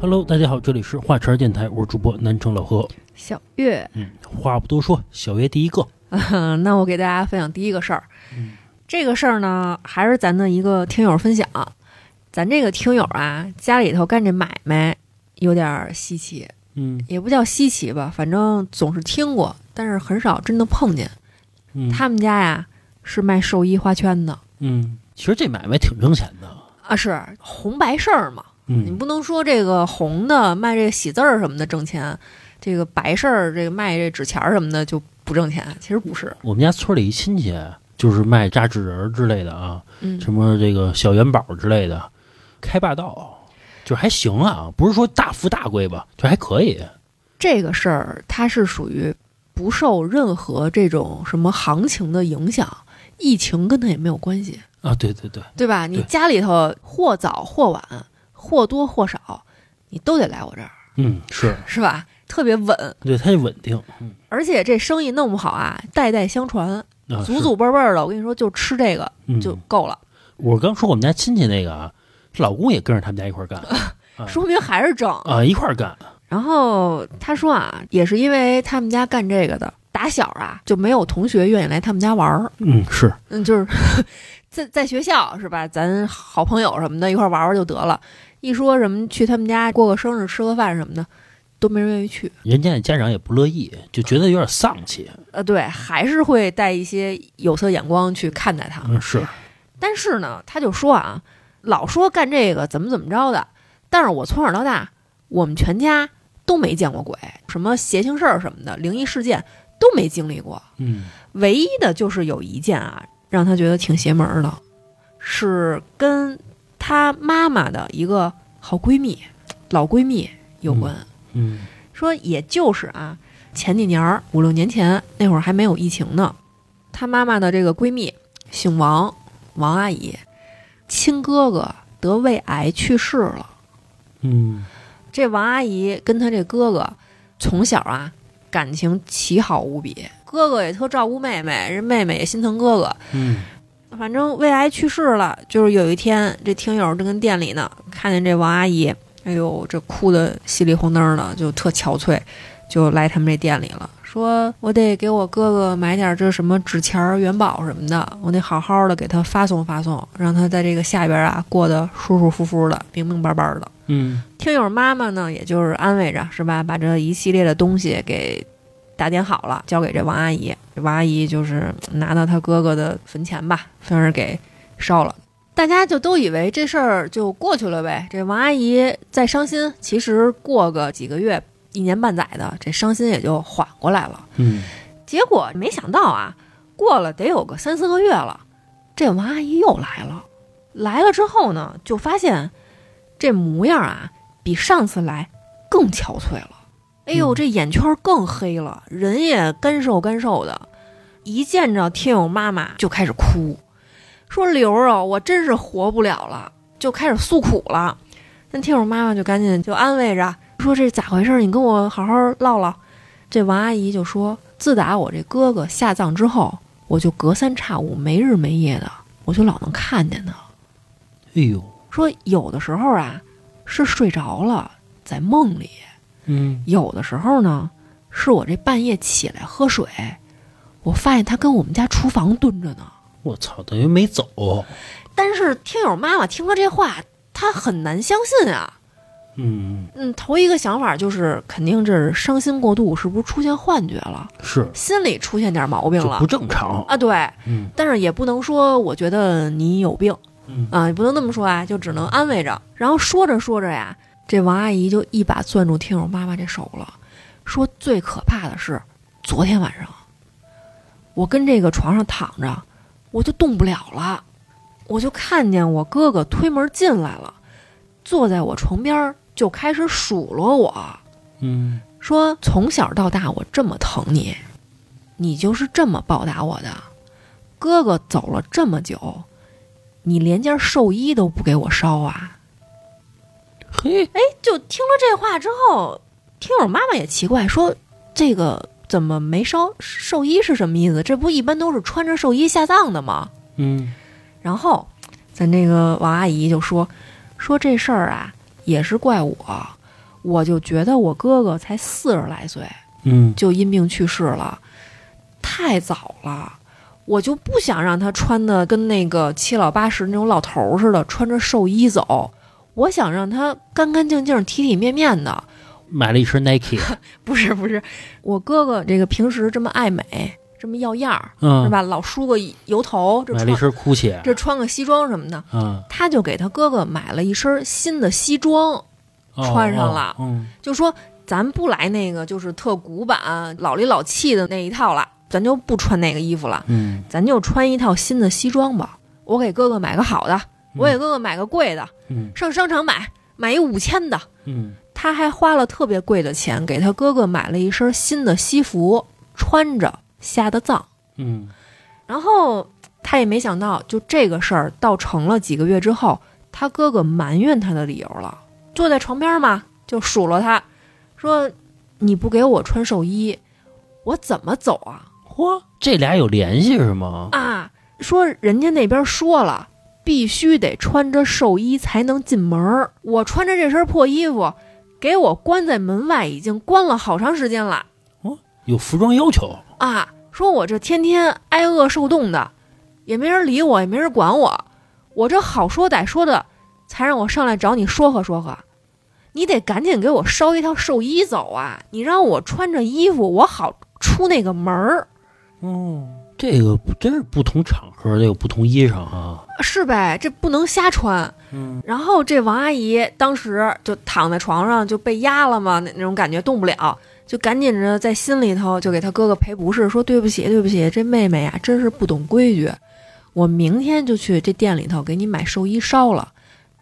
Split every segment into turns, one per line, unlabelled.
Hello，大家好，这里是华晨电台，我是主播南城老何。
小月，
嗯，话不多说，小月第一个，
那我给大家分享第一个事儿。
嗯
这个事儿呢，还是咱的一个听友分享。咱这个听友啊，家里头干这买卖有点儿稀奇，
嗯，
也不叫稀奇吧，反正总是听过，但是很少真的碰见。
嗯
他们家呀是卖寿衣花圈的
嗯，其实这买卖挺挣钱的，
啊，是红白事儿嘛。你
嗯
不能说这个红的卖这个喜字儿什么的挣钱，这个白事儿这个卖这纸钱儿什么的就不挣钱。其实不是，
我们家村里一亲戚就是卖扎纸人儿之类的啊，
嗯，
什么这个小元宝之类的，开霸道，就是还行啊，不是说大富大贵吧，就还可以，
这个事儿它是属于不受任何这种什么行情的影响，疫情跟它也没有关系，
啊，对对对，
对吧？你
对
家里头或早或晚，或多或少，你都得来我这儿，
嗯，是
是吧？特别稳，
对，它也稳定，嗯，
而且这生意弄不好啊，代代相传，
啊、
祖祖辈辈儿的。我跟你说，就吃这个
是
就
嗯，
够了，
我刚说我们家亲戚那个啊，老公也跟着他们家一块儿干啊
说明还是挣。
啊，一块儿干，
然后他说啊，也是因为他们家干这个的，打小啊就没有同学愿意来他们家玩儿。
嗯，是，
嗯，就是在在学校是吧？咱好朋友什么的，一块儿玩玩就得了。一说什么去他们家过个生日、吃个饭什么的，都没人愿意去。
人家的家长也不乐意，就觉得有点丧气，
呃，对，还是会带一些有色眼光去看待他。
嗯，是，
但是呢，他就说啊，老说干这个怎么怎么着的，但是我从小到大，我们全家都没见过鬼，什么邪性事儿什么的，灵异事件都没经历过。
嗯
唯一的就是有一件啊，让他觉得挺邪门儿的，是跟他妈妈的一个好闺蜜、老闺蜜有关。
嗯
说也就是啊，前几年儿五六年前那会儿还没有疫情呢，她妈妈的这个闺蜜姓王，王阿姨，亲哥哥得胃癌去世了。
嗯
这王阿姨跟她这哥哥从小啊感情奇好无比，哥哥也特照顾妹妹，人妹妹也心疼哥哥。
嗯
反正胃癌去世了，就是有一天这听友正跟店里呢，看见这王阿姨，哎呦，这哭的稀里晃灯的，就特憔悴，就来他们这店里了，说我得给我哥哥买点这什么纸钱儿、元宝什么的，我得好好的给他发送发送，让他在这个下边啊过得舒舒服服的、明明白白的。
嗯
听友妈妈呢，也就是安慰着，是吧？把这一系列的东西给打点好了，交给这王阿姨。这王阿姨就是拿到她哥哥的坟前吧，算是给烧了。大家就都以为这事儿就过去了呗。这王阿姨再伤心，其实过个几个月、一年半载的，这伤心也就缓过来了。
嗯，
结果没想到啊，过了得有个三四个月了，这王阿姨又来了。来了之后呢，就发现这模样啊，比上次来更憔悴了。哎
嗯
呦，这眼圈更黑了，人也干瘦干瘦的。一见着听友妈妈就开始哭，说：“刘儿啊，我真是活不了了。”就开始诉苦了。那听友妈妈就赶紧就安慰着说：“这咋回事儿？你跟我好好唠唠。”这王阿姨就说：“自打我这哥哥下葬之后，我就隔三差五、没日没夜的，我就老能看见他。
哎呦，
说有的时候啊，是睡着了在梦里；
嗯
有的时候呢，是我这半夜起来喝水，我发现他跟我们家厨房蹲着呢。
我操，等于没走，
但是听友妈妈听了这话，她很难相信啊。
嗯
嗯，头一个想法就是，肯定这是伤心过度，是不是出现幻觉了，
是
心里出现点毛病
就
了
不正常，
啊？对，
嗯
但是也不能说我觉得你有病
嗯
啊，也不能那么说啊，就只能安慰着。然后说着说着呀，这王阿姨就一把攥住听友妈妈这手了，说最可怕的是昨天晚上，我跟这个床上躺着，我就动不了了，我就看见我哥哥推门进来了，坐在我床边儿就开始数落我。
嗯
说从小到大我这么疼你，你就是这么报答我的。哥哥走了这么久，你连件寿衣都不给我烧啊？
嘿，
哎，就听了这话之后，听友妈妈也奇怪，说这个怎么没烧寿衣是什么意思？这不一般都是穿着寿衣下葬的吗？
嗯
然后咱这个王阿姨就说说这事儿啊，也是怪我，我就觉得我哥哥才四十来岁
嗯
就因病去世了，太早了。我就不想让他穿的跟那个七老八十那种老头儿似的，穿着寿衣走。我想让他干干净净、体体面面的，
买了一身 Nike，
不是不是，我哥哥这个平时这么爱美，这么要样儿，
嗯
是，吧？老梳个油头，这
买
穿
了一身 Gucci，
这穿个西装什么的，
嗯，
他就给他哥哥买了一身新的西装，
哦
穿上了
哦嗯，
就说咱不来那个就是特古板、老里老气的那一套了，咱就不穿那个衣服了，
嗯
咱就穿一套新的西装吧。我给哥哥买个好的，我给哥哥买个贵的，
嗯
上商场买，买一五千的。
嗯，
他还花了特别贵的钱给他哥哥买了一身新的西服，穿着下的葬。
嗯，
然后他也没想到，就这个事儿到成了几个月之后，他哥哥埋怨他的理由了，坐在床边嘛，就数落他，说：“你不给我穿寿衣，我怎么走啊？
嚯，这俩有联系是吗？
啊，说人家那边说了，必须得穿着寿衣才能进门儿。我穿着这身破衣服，给我关在门外，已经关了好长时间了
有服装要求，
啊！说我这天天挨饿受冻的，也没人理我，也没人管我，我这好说歹说的，才让我上来找你说和说和。你得赶紧给我捎一套寿衣走啊！你让我穿着衣服，我好出那个门儿。
嗯，这个不真是不同场合得有不同衣裳啊，
是呗，这不能瞎穿。
嗯，
然后这王阿姨当时就躺在床上就被压了嘛，那那种感觉动不了，就赶紧着在心里头就给她哥哥赔不是，说对不起，对不起，这妹妹呀、真是不懂规矩，我明天就去这店里头给你买寿衣烧了。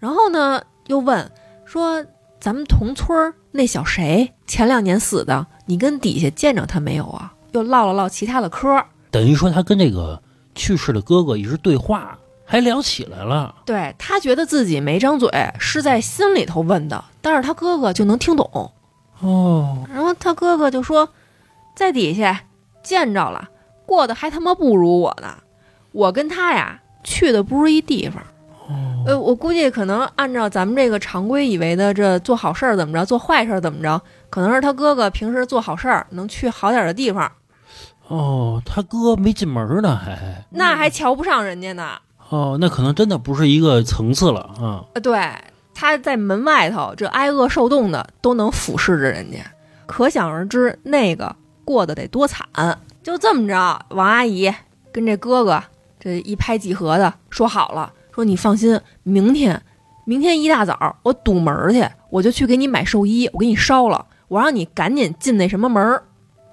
然后呢，又问说咱们同村儿那小谁前两年死的，你跟底下见着他没有啊？又唠了唠其他的嗑儿，
等于说他跟这个去世的哥哥一直对话，还聊起来了，
对他觉得自己没张嘴，是在心里头问的，但是他哥哥就能听懂。
哦，
然后他哥哥就说，在底下见着了，过得还他妈不如我呢。我跟他呀去的不是一地方。呃，我估计可能按照咱们这个常规以为的，这做好事儿怎么着，做坏事儿怎么着，可能是他哥哥平时做好事儿能去好点儿的地方，
哦，他哥没进门呢还，
那还瞧不上人家呢。
哦，那可能真的不是一个层次了啊，
呃，对，他在门外头这挨饿受冻的都能俯视着人家，可想而知那个过得得多惨。就这么着，王阿姨跟这哥哥这一拍即合的说好了，说你放心，明天，明天一大早我堵门儿去，我就去给你买寿衣，我给你烧了，我让你赶紧进那什么门儿。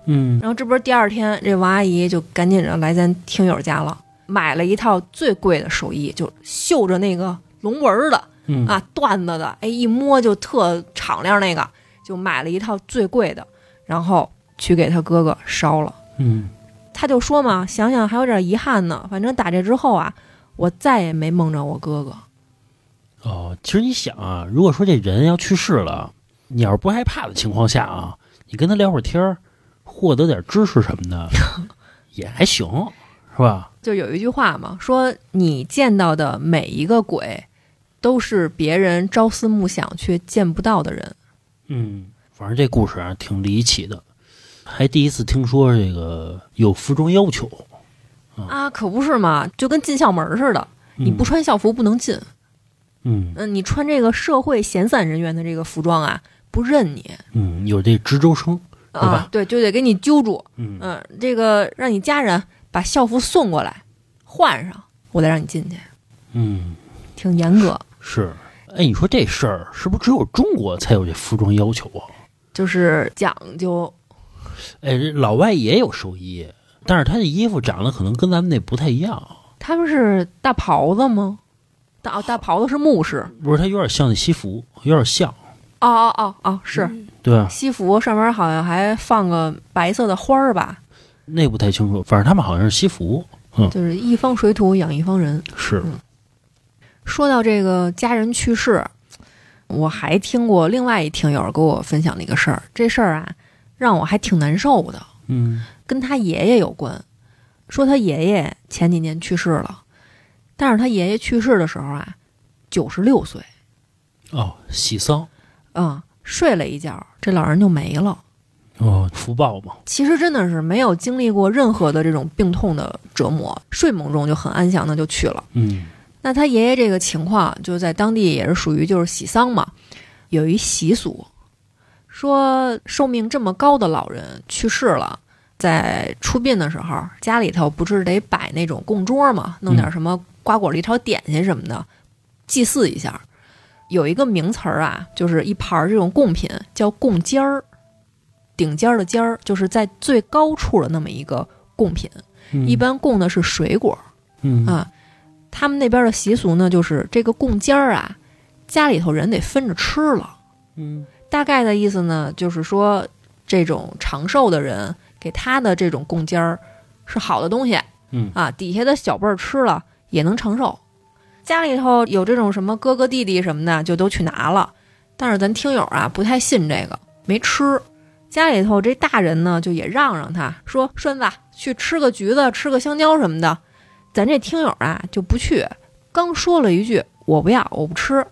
嗯
然后这不是第二天，这王阿姨就赶紧着来咱听友家了，买了一套最贵的寿衣，就绣着那个龙纹儿的。
嗯，
啊，缎子的，哎，一摸就特敞亮那个，就买了一套最贵的，然后去给他哥哥烧了。
嗯，
他就说嘛，想想还有点遗憾呢。反正打这之后啊，我再也没梦着我哥哥。
哦，其实你想啊，如果说这人要去世了，你要是不害怕的情况下啊，你跟他聊会儿天儿，获得点知识什么 的，也还行，是吧？
就有一句话嘛，说你见到的每一个鬼，都是别人朝思暮想却见不到的人。
嗯，反正这故事啊挺离奇的，还第一次听说这个有服装要求，
啊，可不是嘛，就跟进校门似的，你不穿校服不能进。
嗯
嗯，你穿这个社会闲散人员的这个服装啊，不认你。
嗯有这值周生，对吧
啊，对，就得给你揪住，
嗯
嗯、这个让你家人把校服送过来，换上，我再让你进去，
嗯
挺严格。
是。哎，你说这事儿是不是只有中国才有这服装要求啊？
就是讲究，
哎，老外也有寿衣，但是他的衣服长得可能跟咱们那不太一样。
他们是大袍子吗？大哦大袍子是牧师，
不是，它有点像那西服，有点像，
哦哦哦哦，是
对吧？
西服上面好像还放个白色的花儿吧？
那不太清楚，反正他们好像是西服，
就是一方水土养一方人。
是
说到这个家人去世，我还听过另外一听友给我分享了一个事儿，这事儿啊让我还挺难受的。
嗯
跟他爷爷有关，说他爷爷前几年去世了，但是他爷爷去世的时候啊，九十六岁，
哦，喜丧，
啊、睡了一觉，这老人就没了。
哦，福报嘛，
其实真的是没有经历过任何的这种病痛的折磨，睡梦中就很安详的就去了。
嗯
那他爷爷这个情况，就在当地也是属于就是喜丧嘛，有一习俗，说寿命这么高的老人去世了，在出殡的时候，家里头不是得摆那种供桌嘛，弄点什么瓜果梨桃点心什么的，祭祀一下。有一个名词儿啊，就是一盘儿这种贡品叫贡尖儿，顶尖儿的尖儿，就是在最高处的那么一个贡品，
嗯
一般供的是水果。
嗯
啊他们那边的习俗呢，就是这个供尖儿啊，家里头人得分着吃了。
嗯
大概的意思呢，就是说这种长寿的人给他的这种供尖儿是好的东西，
嗯
啊，底下的小辈儿吃了也能长寿。家里头有这种什么哥哥弟弟什么的，就都去拿了。但是咱听友啊不太信这个，没吃。家里头这大人呢就也让让他说顺子去吃个橘子，吃个香蕉什么的。咱这听友啊就不去，刚说了一句我不要，我不吃。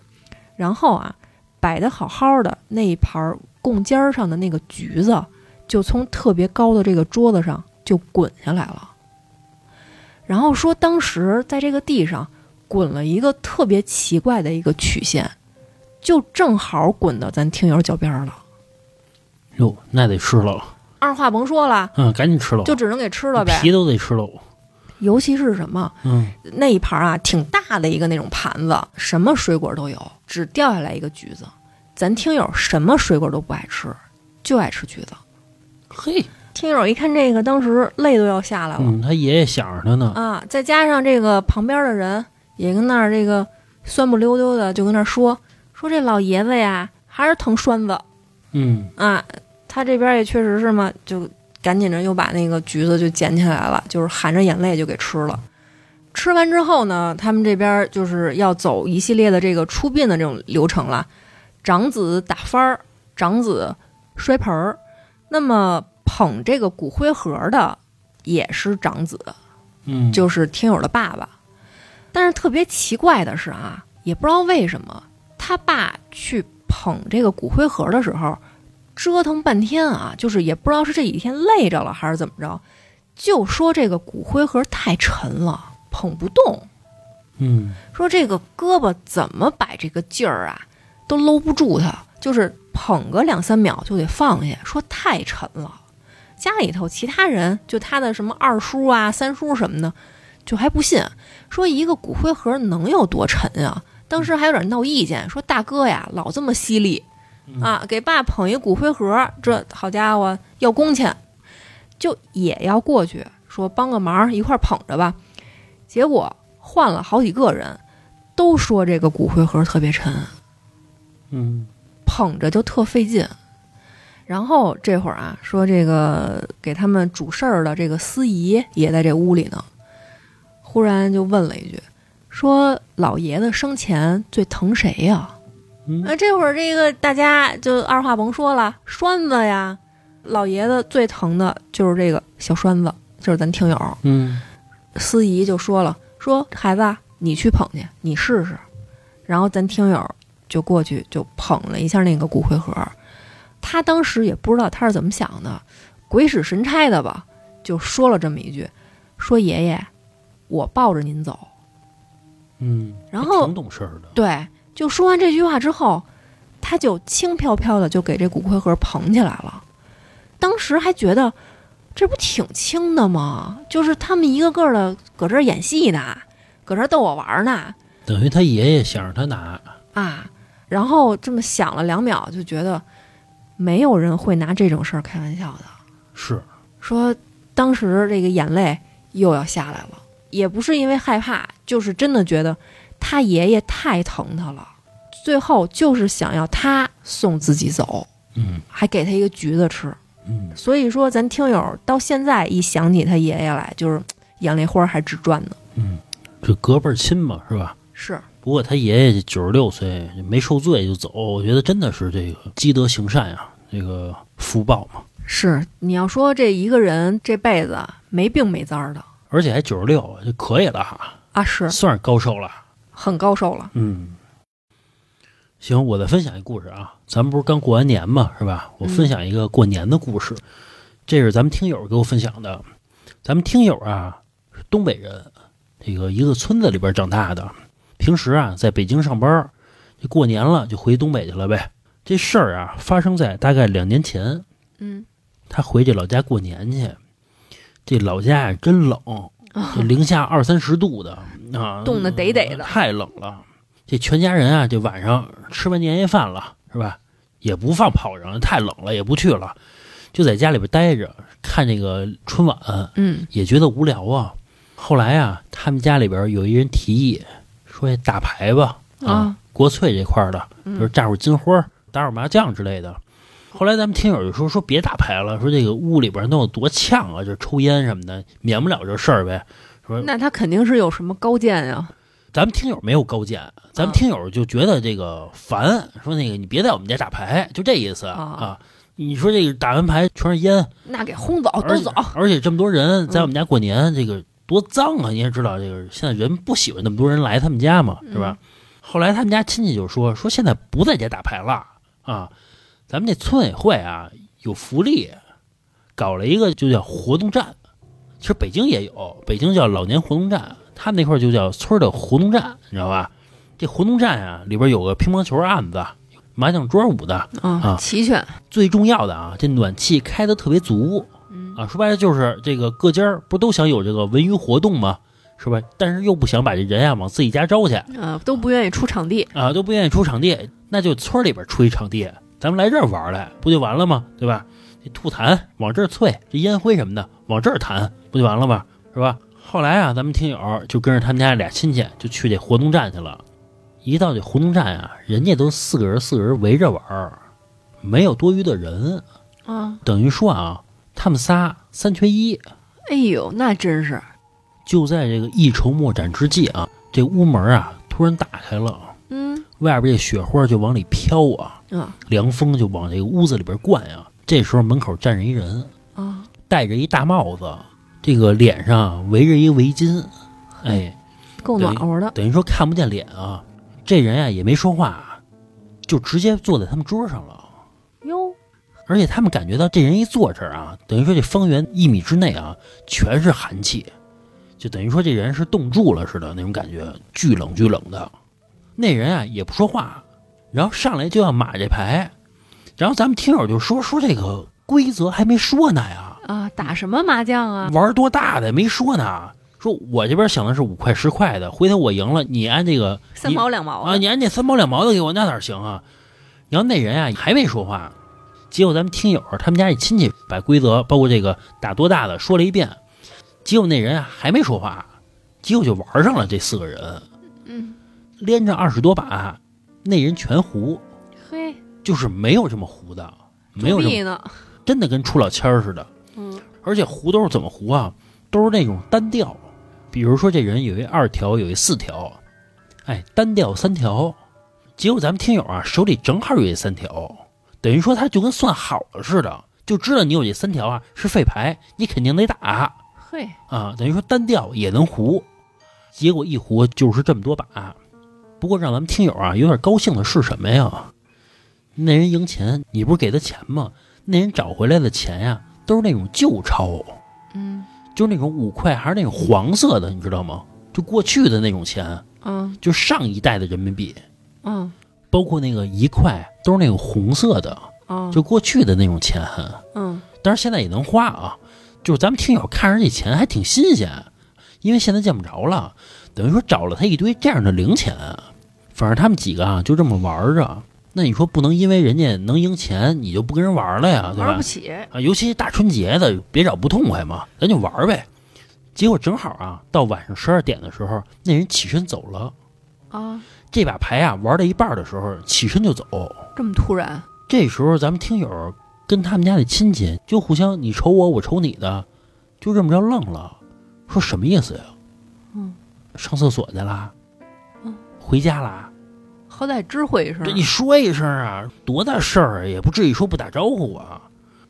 然后啊摆的好好的那一盘儿供尖儿上的那个橘子，就从特别高的这个桌子上就滚下来了。然后说当时在这个地上滚了一个特别奇怪的一个曲线，就正好滚到咱听友脚边儿了。
哟，那得吃了了，
二话甭说了，
嗯，赶紧吃了，
就只能给吃了呗。
哦皮都得吃了，
尤其是什么
嗯
那一盘啊，挺大的一个那种盘子，什么水果都有，只掉下来一个橘子。咱听友什么水果都不爱吃，就爱吃橘子。
嘿，
听友一看这个，当时泪都要下来了。
嗯，他爷爷想着他呢，
啊，再加上这个旁边的人也跟那儿这个酸不溜丢的，就跟那儿说说这老爷子呀还是疼栓子
嗯
啊，他这边也确实是嘛，就赶紧着又把那个橘子就捡起来了，就是含着眼泪就给吃了。吃完之后呢，他们这边就是要走一系列的这个出殡的这种流程了，长子打幡儿，长子摔盆儿，那么捧这个骨灰盒的也是长子，
嗯，
就是听友的爸爸。但是特别奇怪的是啊，也不知道为什么，他爸去捧这个骨灰盒的时候，折腾半天啊，就是也不知道是这几天累着了还是怎么着，就说这个骨灰盒太沉了，捧不动。
嗯
说这个胳膊怎么摆这个劲儿啊，都搂不住它，就是捧个两三秒就得放下。说太沉了，家里头其他人就他的什么二叔啊、三叔什么的，就还不信，说一个骨灰盒能有多沉啊？当时还有点闹意见，说大哥呀，老这么犀利啊，给爸捧一骨灰盒，这好家伙要工钱，就也要过去说帮个忙，一块儿捧着吧。结果换了好几个人，都说这个骨灰盒特别沉，
嗯
捧着就特费劲。然后这会儿啊，说这个给他们主事儿的这个司仪也在这屋里呢，忽然就问了一句，说老爷子生前最疼谁呀？
嗯
啊，这会儿这个大家就二话甭说了，栓子呀，老爷子最疼的就是这个小栓子，就是咱听友。
嗯
司仪就说了：“说孩子啊，你去捧去，你试试。”然后咱听友就过去就捧了一下那个骨灰盒，他当时也不知道他是怎么想的，鬼使神差的吧，就说了这么一句：“说爷爷，我抱着您走。
嗯，”
然后
挺懂事儿的，
对，就说完这句话之后，他就轻飘飘的就给这骨灰盒捧起来了。当时还觉得这不挺轻的吗？就是他们一个个的搁这儿演戏呢，搁这儿逗我玩儿呢
等于他爷爷想着他拿，
啊！然后这么想了两秒，就觉得没有人会拿这种事儿开玩笑的。
是，
说当时这个眼泪又要下来了，也不是因为害怕，就是真的觉得他爷爷太疼他了，最后就是想要他送自己走，
嗯
还给他一个橘子吃。
嗯，
所以说，咱听友到现在一想起他爷爷来，就是嘖眼泪花还直转呢。
这隔辈儿亲嘛，是吧？
是，
不过他爷爷九十六岁没受罪就走，我觉得真的是这个积德行善啊，这个福报嘛。
是你要说这一个人这辈子没病没灾儿的
而且还九十六，就可以了哈，
啊，是
算是高寿了。
很高寿了。
嗯，行，我再分享一故事啊，咱们不是刚过完年嘛，是吧？我分享一个过年的故事，这是咱们听友给我分享的。咱们听友啊是东北人，这个一个村子里边长大的，平时啊在北京上班，这过年了就回东北去了呗。这事儿啊发生在大概两年前，
嗯，
他回这老家过年去，这老家呀真冷，这零下二三十度的啊，
哦 冻得得得的
太冷了。这全家人啊，这晚上吃完年夜饭了，是吧？也不放炮仗，太冷了，也不去了，就在家里边待着，看这个春晚，
嗯
也觉得无聊啊。后来啊，他们家里边有一人提议说哎打牌吧，啊，
啊
国粹这块儿的，比如炸会金花、打会麻将之类的。后来咱们听友就说说别打牌了，说这个屋里边弄得多呛啊，就是抽烟什么的，免不了这事儿呗。说
那他肯定是有什么高见呀、
咱们听友没有高见，咱们听友就觉得这个烦，说那个你别在我们家打牌，就这意思
啊
啊。你说这个打完牌全是烟，
那给轰走
而
都
且
走，
而且这么多人在我们家过年，这个多脏啊！你也知道，这个现在人不喜欢那么多人来他们家嘛，是吧？后来他们家亲戚就说说现在不在家打牌了啊，咱们这村委会啊有福利，搞了一个就叫活动站，其实北京也有，北京叫老年活动站，他们那块儿就叫村儿的活动站，你知道吧？这活动站啊里边有个乒乓球案子、麻将桌舞的，
啊
啊
齐全，
最重要的啊，这暖气开的特别足，啊，说白了就是这个各家儿不都想有这个文娱活动吗？是吧？但是又不想把这人啊往自己家招去
呃，都不愿意出场地，
啊，都不愿意出场地，那就村儿里边出一场地，咱们来这儿玩儿来，不就完了吗？对吧？这吐痰往这儿啐，这烟灰什么的往这儿弹，不就完了吗？是吧？后来啊，咱们听友就跟着他们家俩亲戚就去这活动站去了。一到这活动站啊，人家都四个人四个人围着玩儿，没有多余的人，
啊，
等于说啊，他们仨三缺一。
哎呦，那真是，
就在这个一筹莫展之际啊，这屋门啊突然打开了，
嗯
外边这雪花就往里飘啊，
啊
凉风就往这个屋子里边灌啊。这时候门口站着一人，
啊，
戴着一大帽子，这个脸上围着一围巾，哎，
够暖和的，
等于说看不见脸啊。这人啊也没说话，就直接坐在他们桌上了。
哟，
而且他们感觉到这人一坐这儿啊，等于说这方圆一米之内啊，全是寒气，就等于说这人是冻住了似的那种感觉，巨冷巨冷的。那人啊也不说话，然后上来就要码这牌，然后咱们听友就说说这个规则还没说呢呀，
啊，打什么麻将啊？
玩多大的没说呢，说我这边想的是五块十块的，回头我赢了你按这个
三
你
毛两毛
啊，你按那三毛两毛的给我，那哪行啊？然后那人啊还没说话，结果咱们听友他们家一亲戚把规则包括这个打多大的说了一遍，结果那人啊还没说话，结果就玩上了这四个人，
嗯，
连着二十多把，那人全胡，
嘿，
就是没有这么胡的，没有
作
这
弊
么
呢，
真的跟出老千儿似的，
嗯
而且胡都是怎么胡啊？都是那种单调，比如说这人有一二条，有一四条，哎，单调三条。结果咱们听友啊，手里正好有这三条，等于说他就跟算好了似的，就知道你有这三条啊是废牌，你肯定得打
嘿，
啊。等于说单调也能胡，结果一胡就是这么多把。不过让咱们听友啊有点高兴的是什么呀？那人赢钱，你不是给他钱吗？那人找回来的钱呀、都是那种旧钞。
嗯
就是那种五块还是那种黄色的，你知道吗？就过去的那种钱，
嗯
就上一代的人民币，
嗯
包括那个一块都是那种红色的，
嗯，
就过去的那种钱。
嗯
但是现在也能花啊，就是咱们听友看着这钱还挺新鲜，因为现在见不着了，等于说找了他一堆这样的零钱。反正他们几个啊就这么玩着，那你说不能因为人家能赢钱，你就不跟人玩了呀，对吧？
玩不起，
啊，尤其大春节的，别找不痛快嘛，咱就玩儿呗。结果正好啊，到晚上十二点的时候，那人起身走了。
啊，
这把牌啊，玩到一半的时候起身就走。
这么突然，
这时候咱们听友跟他们家的亲戚就互相你瞅我，我瞅你的，就这么着愣了，说什么意思呀？
嗯，
上厕所去啦？
嗯，
回家啦？
好歹知会一声
这，你说一声啊，多大事儿啊，也不至于说不打招呼啊。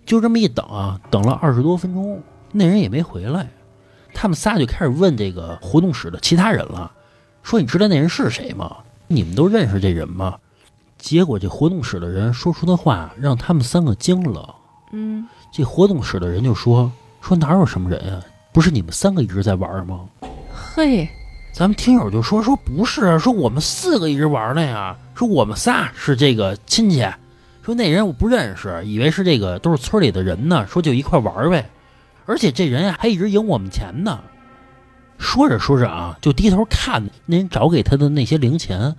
就这么一等啊，等了二十多分钟，那人也没回来。他们仨就开始问这个活动室的其他人了，说你知道那人是谁吗？你们都认识这人吗？结果这活动室的人说出的话让他们三个惊了。
嗯，
这活动室的人就说：“说哪有什么人啊？不是你们三个一直在玩吗
嘿，？”
咱们听友就说：“说不是啊，说我们四个一直玩呢呀，说我们仨是这个亲戚，说那人我不认识，以为是这个都是村里的人呢，说就一块玩呗。而且这人呀还一直赢我们钱呢。”说着说着啊，就低头看那人找给他的那些零钱，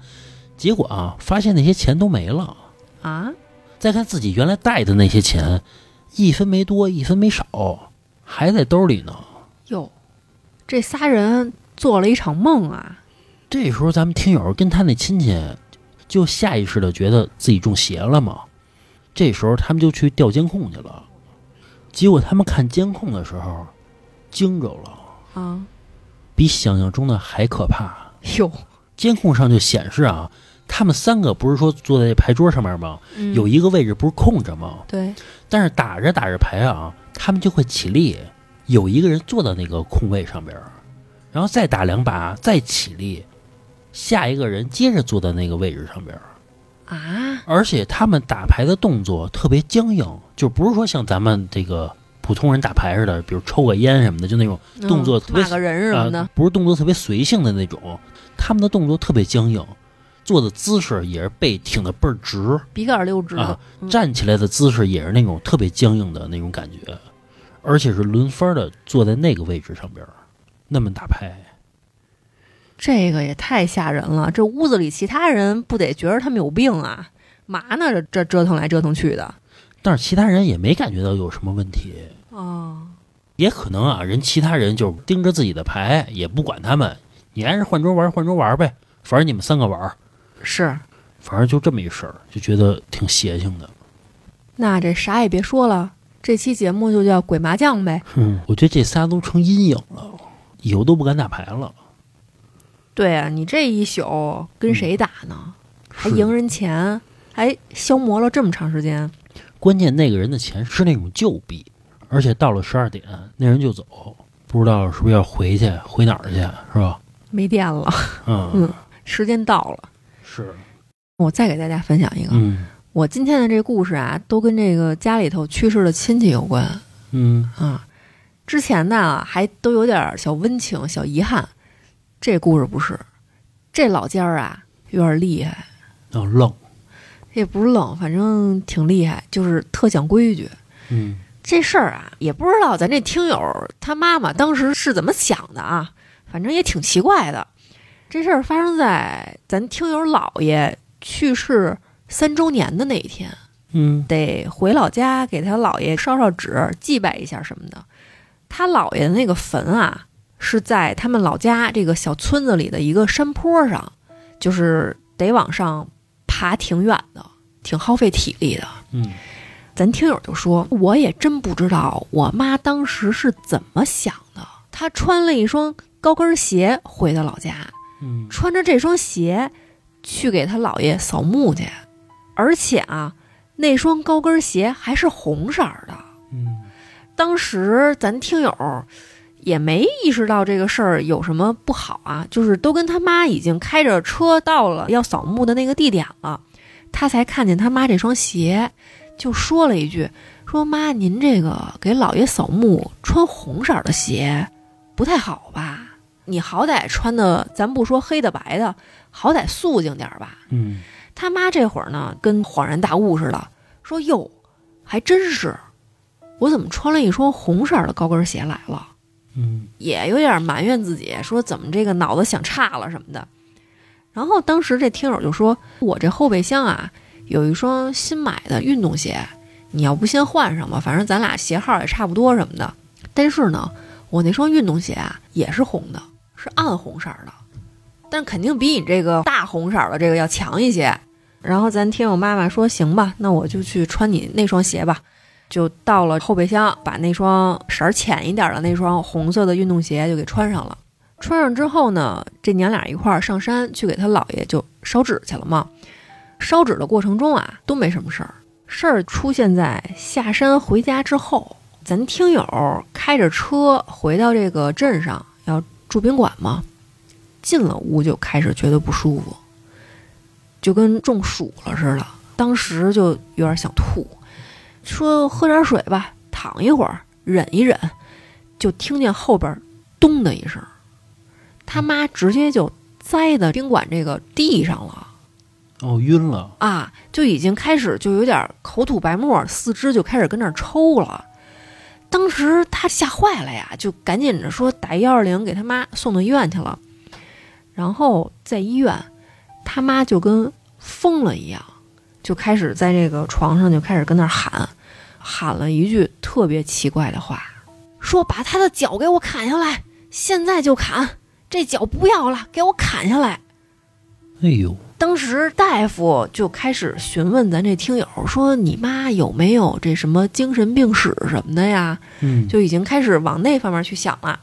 结果啊，发现那些钱都没了。
啊，
再看自己原来带的那些钱，一分没多，一分没少，还在兜里呢。
哟，这仨人做了一场梦啊！
这时候，咱们听友跟他那亲戚就下意识的觉得自己中邪了嘛。这时候，他们就去调监控去了。结果他们看监控的时候，惊着了，
啊，
比想象中的还可怕。
哟，
监控上就显示啊，他们三个不是说坐在牌桌上面吗？
嗯
有一个位置不是空着吗？
对，
但是打着打着牌啊，他们就会起立，有一个人坐到那个空位上边儿，然后再打两把，再起立，下一个人接着坐到那个位置上边儿。
啊，
而且他们打牌的动作特别僵硬，就不是说像咱们这个普通人打牌似的，比如抽个烟什么的，就那种
嗯
动作特别
骂个人什么的
啊，不是动作特别随性的那种。他们的动作特别僵硬，坐的姿势也是背挺得倍儿直。
鼻盖儿溜直
啊
的，嗯
站起来的姿势也是那种特别僵硬的那种感觉，而且是轮番的坐在那个位置上边儿，那么打牌。
这个也太吓人了！这屋子里其他人不得觉得他们有病啊？嘛呢？这这折腾来折腾去的。
但是其他人也没感觉到有什么问题，
哦，
也可能啊，人其他人就盯着自己的牌，也不管他们，你还是换桌玩儿换桌玩儿呗，反正你们三个玩儿，
是，
反正就这么一事儿，就觉得挺邪性的。
那这啥也别说了，这期节目就叫鬼麻将呗。
嗯，我觉得这仨都成阴影了，以后都不敢打牌了。
对啊，你这一宿跟谁打呢？
嗯
还
是
赢人钱，还消磨了这么长时间。
关键那个人的钱是那种旧币，而且到了十二点，那人就走，不知道是不是要回去，回哪儿去，是吧？
没电了，
嗯，
嗯 时间到了。
是，
我再给大家分享一个，
嗯
我今天的这故事啊，都跟这个家里头去世的亲戚有关
嗯，
啊。之前呢，还都有点小温情、小遗憾。这故事不是，这老家儿啊，有点厉害，
要愣，
也不是冷，反正挺厉害，就是特讲规矩。
嗯
这事儿啊，也不知道咱这听友他妈妈当时是怎么想的啊，反正也挺奇怪的。这事儿发生在咱听友姥爷去世三周年的那一天，
嗯
得回老家给他姥爷烧烧纸、祭拜一下什么的。他姥爷的那个坟啊，是在他们老家这个小村子里的一个山坡上，就是得往上爬挺远的，挺耗费体力的。
嗯，
咱听友就说，我也真不知道我妈当时是怎么想的。她穿了一双高跟鞋回的老家，
嗯
穿着这双鞋去给她姥爷扫墓去，而且啊，那双高跟鞋还是红色儿的。
嗯
当时咱听友也没意识到这个事儿有什么不好啊，就是都跟他妈已经开着车到了要扫墓的那个地点了，他才看见他妈这双鞋，就说了一句：“说妈，您这个给姥爷扫墓穿红色儿的鞋不太好吧？你好歹穿的，咱不说黑的白的，好歹素净点儿吧。”
嗯
他妈这会儿呢，跟恍然大悟似的，说：“哟，还真是，我怎么穿了一双红色的高跟鞋来了？”
嗯
也有点埋怨自己，说怎么这个脑子想差了什么的。然后当时这听友就说：“我这后备箱啊，有一双新买的运动鞋，你要不先换上吧，反正咱俩鞋号也差不多什么的。但是呢，我那双运动鞋啊也是红的，是暗红色儿的，但肯定比你这个大红色儿的这个要强一些。”然后咱听友妈妈说：“行吧，那我就去穿你那双鞋吧。”就到了后备箱，把那双色儿浅一点的那双红色的运动鞋就给穿上了。穿上之后呢，这娘俩一块儿上山去给他姥爷就烧纸去了嘛。烧纸的过程中啊，都没什么事儿，事儿出现在下山回家之后。咱听友开着车回到这个镇上，要住宾馆嘛，进了屋就开始觉得不舒服，就跟中暑了似的，当时就有点想吐，说喝点水吧，躺一会儿，忍一忍，就听见后边咚的一声，他妈直接就栽到宾馆这个地上了
哦，晕了，
啊，就已经开始就有点口吐白沫，四肢就开始跟那儿抽了。当时他吓坏了呀，就赶紧着说打幺二零给他妈送到医院去了。然后在医院，他妈就跟疯了一样，就开始在这个床上就开始跟那儿喊，喊了一句特别奇怪的话，说把他的脚给我砍下来，现在就砍，这脚不要了，给我砍下来。
哎呦，
当时大夫就开始询问咱这听友说：“你妈有没有这什么精神病史什么的呀？”
嗯，
就已经开始往那方面去想了。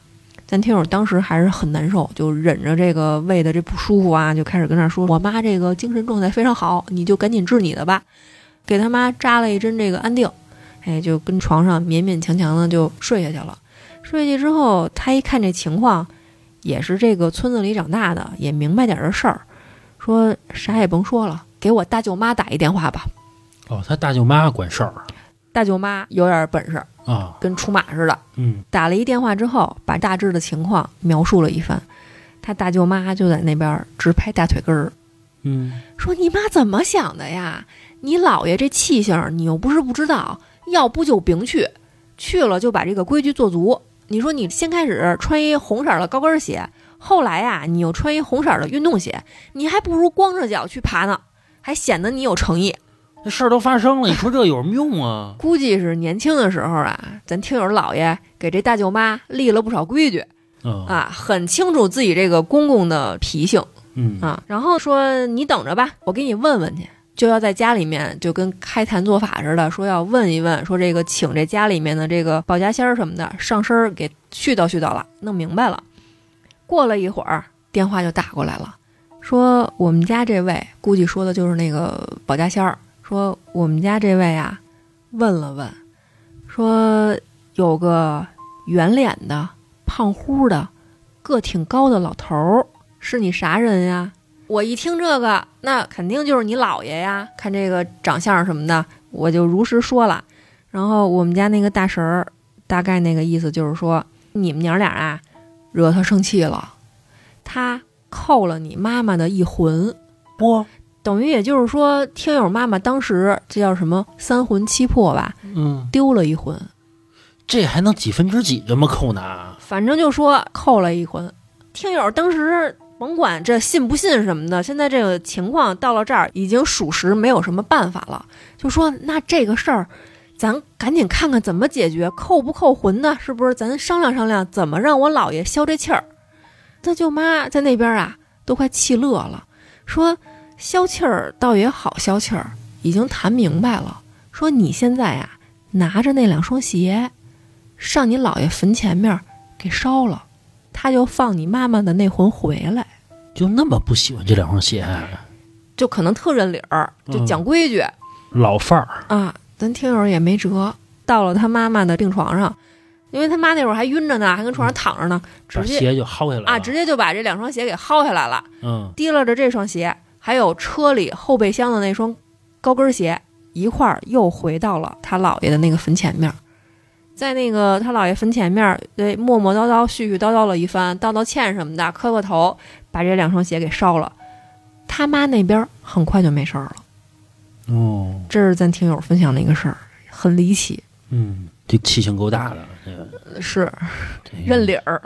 咱听友当时还是很难受，就忍着这个胃的这不舒服啊，就开始跟那说：“我妈这个精神状态非常好，你就赶紧治你的吧。”给他妈扎了一针这个安定，哎，就跟床上勉勉强强的就睡下去了。睡下去之后，他一看这情况，也是这个村子里长大的，也明白点儿这事儿，说啥也甭说了，给我大舅妈打一电话吧。
哦，他大舅妈管事儿
大舅妈有点本事，
啊，
跟出马似的，
嗯，
打了一电话之后，把大致的情况描述了一番。他大舅妈就在那边儿直拍大腿根儿，
嗯，
说：“你妈怎么想的呀？你姥爷这气性，你又不是不知道，要不就甭去，去了就把这个规矩做足。你说你先开始穿一红色儿的高跟鞋，后来呀、你又穿一红色儿的运动鞋，你还不如光着脚去爬呢，还显得你有诚意。
那事儿都发生了，你说这有什么用啊？
估计是年轻的时候啊，咱听友姥爷给这大舅妈立了不少规矩。”
嗯
啊，很清楚自己这个公公的脾性
嗯
啊，然后说你等着吧，我给你问问去，就要在家里面就跟开坛做法似的，说要问一问，说这个请这家里面的这个保家仙儿什么的上身儿给絮叨絮叨了，弄明白了。过了一会儿，电话就打过来了，说我们家这位估计说的就是那个保家仙儿，说我们家这位啊，问了问，说有个圆脸的胖乎的个挺高的老头儿，是你啥人呀？我一听这个，那肯定就是你姥爷呀。看这个长相什么的，我就如实说了。然后我们家那个大婶儿，大概那个意思就是说，你们娘俩啊，惹他生气了，他扣了你妈妈的一魂，
不，
等于也就是说，听友妈妈当时这叫什么三魂七魄吧，
嗯，
丢了一魂，
这还能几分之几这么扣呢？
反正就说扣了一魂。听友当时甭管这信不信什么的，现在这个情况到了这儿已经属实没有什么办法了，就说那这个事儿，咱赶紧看看怎么解决，扣不扣魂呢？是不是？咱商量商量怎么让我姥爷消这气儿。他舅妈在那边啊，都快气乐了，说消气儿倒也好消气儿，已经谈明白了，说你现在呀、拿着那两双鞋，上你姥爷坟前面给烧了，他就放你妈妈的那魂回来，
就那么不喜欢这两双鞋，
就可能特认理儿，
嗯
就讲规矩、
老范儿，
啊。咱听友也没辙，到了他妈妈的病床上，因为他妈那会儿还晕着呢，还跟床上躺着呢，直
把
接
鞋就薅下来了
啊，直接就把这两双鞋给薅下来了，
嗯，
提拉着这双鞋，还有车里后备箱的那双高跟鞋一块儿又回到了他姥爷的那个坟前面儿，在那个他姥爷坟前面儿，对磨磨叨叨、絮絮叨叨了一番，道道歉什么的，磕个头，把这两双鞋给烧了。他妈那边儿很快就没事儿了，
哦，
这是咱听友分享的一个事儿，很离奇，
嗯，这气性够大的，这个
呃是
这个
认理儿，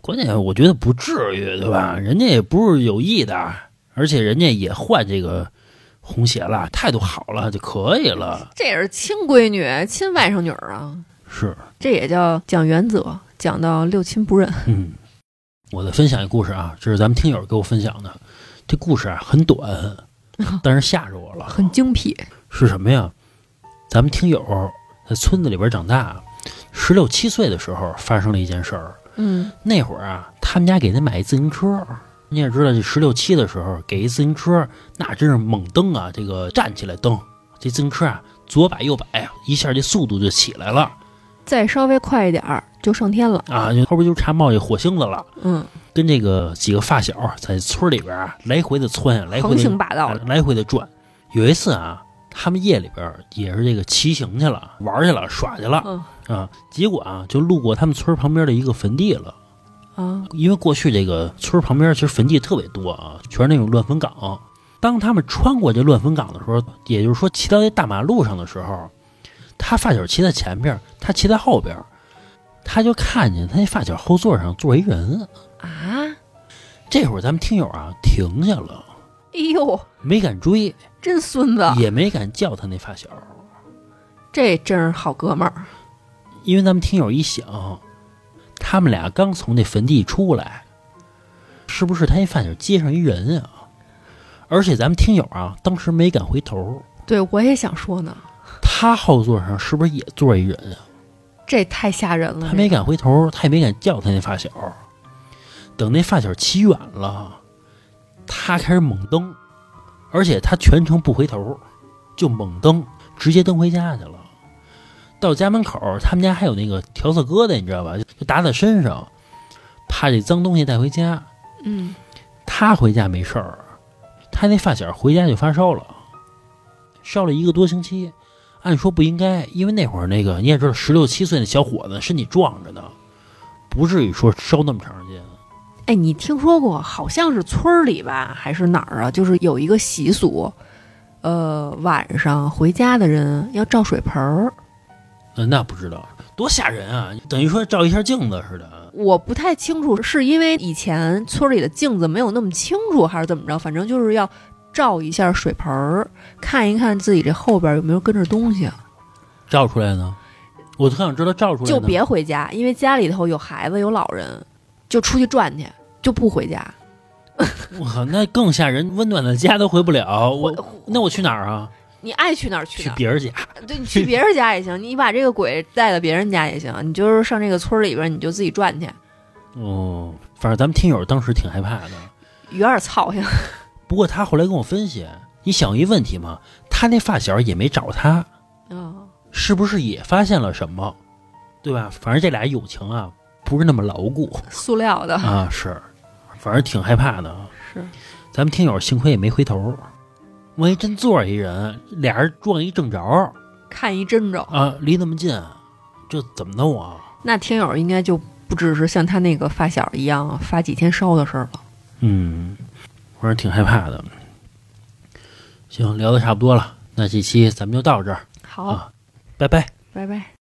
关键我觉得不至于，对吧？人家也不是有意的，而且人家也换这个红鞋了，态度好了就可以了。
这也是亲闺女、亲外甥女儿啊，
是，
这也叫讲原则，讲到六亲不认。
嗯，我再分享一故事啊，这是咱们听友给我分享的。这故事啊很短， 但是吓着我了。
很精辟，
是什么呀？咱们听友在村子里边长大，十六七岁的时候发生了一件事儿。
嗯，
那会儿啊，他们家给他买一自行车。你也知道，这十六七的时候给一自行车，那真是猛蹬啊！这个站起来蹬，这自行车啊，左摆右摆，一下这速度就起来了
再稍微快一点儿就上天了。
啊！就后边就差冒这火星子了。
嗯，
跟这个几个发小在村里边啊来回的窜，来回
横
的
行霸道的，
来回的转。有一次啊，他们夜里边也是这个骑行去了，玩去了，耍去了
嗯
啊。结果啊，就路过他们村旁边的一个坟地了。
啊，
因为过去这个村旁边其实坟地特别多啊，全是那种乱坟岗。啊当他们穿过这乱坟岗的时候，也就是说骑到这大马路上的时候，他发小骑在前边，他骑在后边，他就看见他那发小后座上坐一人。
啊，
这会儿咱们听友啊停下了，
哎呦，
没敢追，
真孙子，
也没敢叫他那发小，
这真是好哥们儿，
因为咱们听友一想，他们俩刚从那坟地出来，是不是他那发小接上一人啊？而且咱们听友啊，当时没敢回头，
对我也想说呢，
他后座上是不是也坐一人啊？
这太吓人了，
他没敢回头，他也没敢叫他那发小。等那发小骑远了，他开始猛蹬，而且他全程不回头，就猛蹬，直接蹬回家去了。到家门口，他们家还有那个调色疙瘩，你知道吧？就打在身上，怕这脏东西带回家。
这个，嗯，
他回家没事儿，他那发小回家就发烧了，烧了一个多星期。按说不应该，因为那会儿那个你也知道，十六七岁的小伙子身体壮着呢，不至于说烧那么长时间。
哎，你听说过？好像是村儿里吧，还是哪儿啊？就是有一个习俗，呃，晚上回家的人要照水盆儿。
呃，那不知道多吓人啊！等于说照一下镜子似的。
我不太清楚是因为以前村里的镜子没有那么清楚，还是怎么着，反正就是要照一下水盆儿，看一看自己这后边有没有跟着东西，啊
照出来呢，我特想知道照出来
就
呢
别回家，因为家里头有孩子有老人，就出去转去，就不回家。
我靠，那更吓人，温暖的家都回不了。我那我去哪儿啊？
你爱去哪儿去
去
哪儿，
别人家。
对你去别人家也行，你把这个鬼带到别人家也行，你就是上这个村儿里边你就自己转去，
哦，反正咱们听友当时挺害怕的。
有点操性。
不过他后来跟我分析，你想一问题嘛，他那发小也没找他，
嗯，
是不是也发现了什么，对吧？反正这俩友情啊，不是那么牢固
塑料的
啊，是，反正挺害怕的。啊
是
咱们听友幸亏也没回头，万一真坐着一人，俩人撞一正着
看一真着。
啊，离那么近，这怎么弄啊？
那听友应该就不只是像他那个发小一样发几天烧的事儿了。
嗯，反正挺害怕的。行，聊的差不多了，那这期咱们就到这儿，
好，
啊拜拜。
拜拜。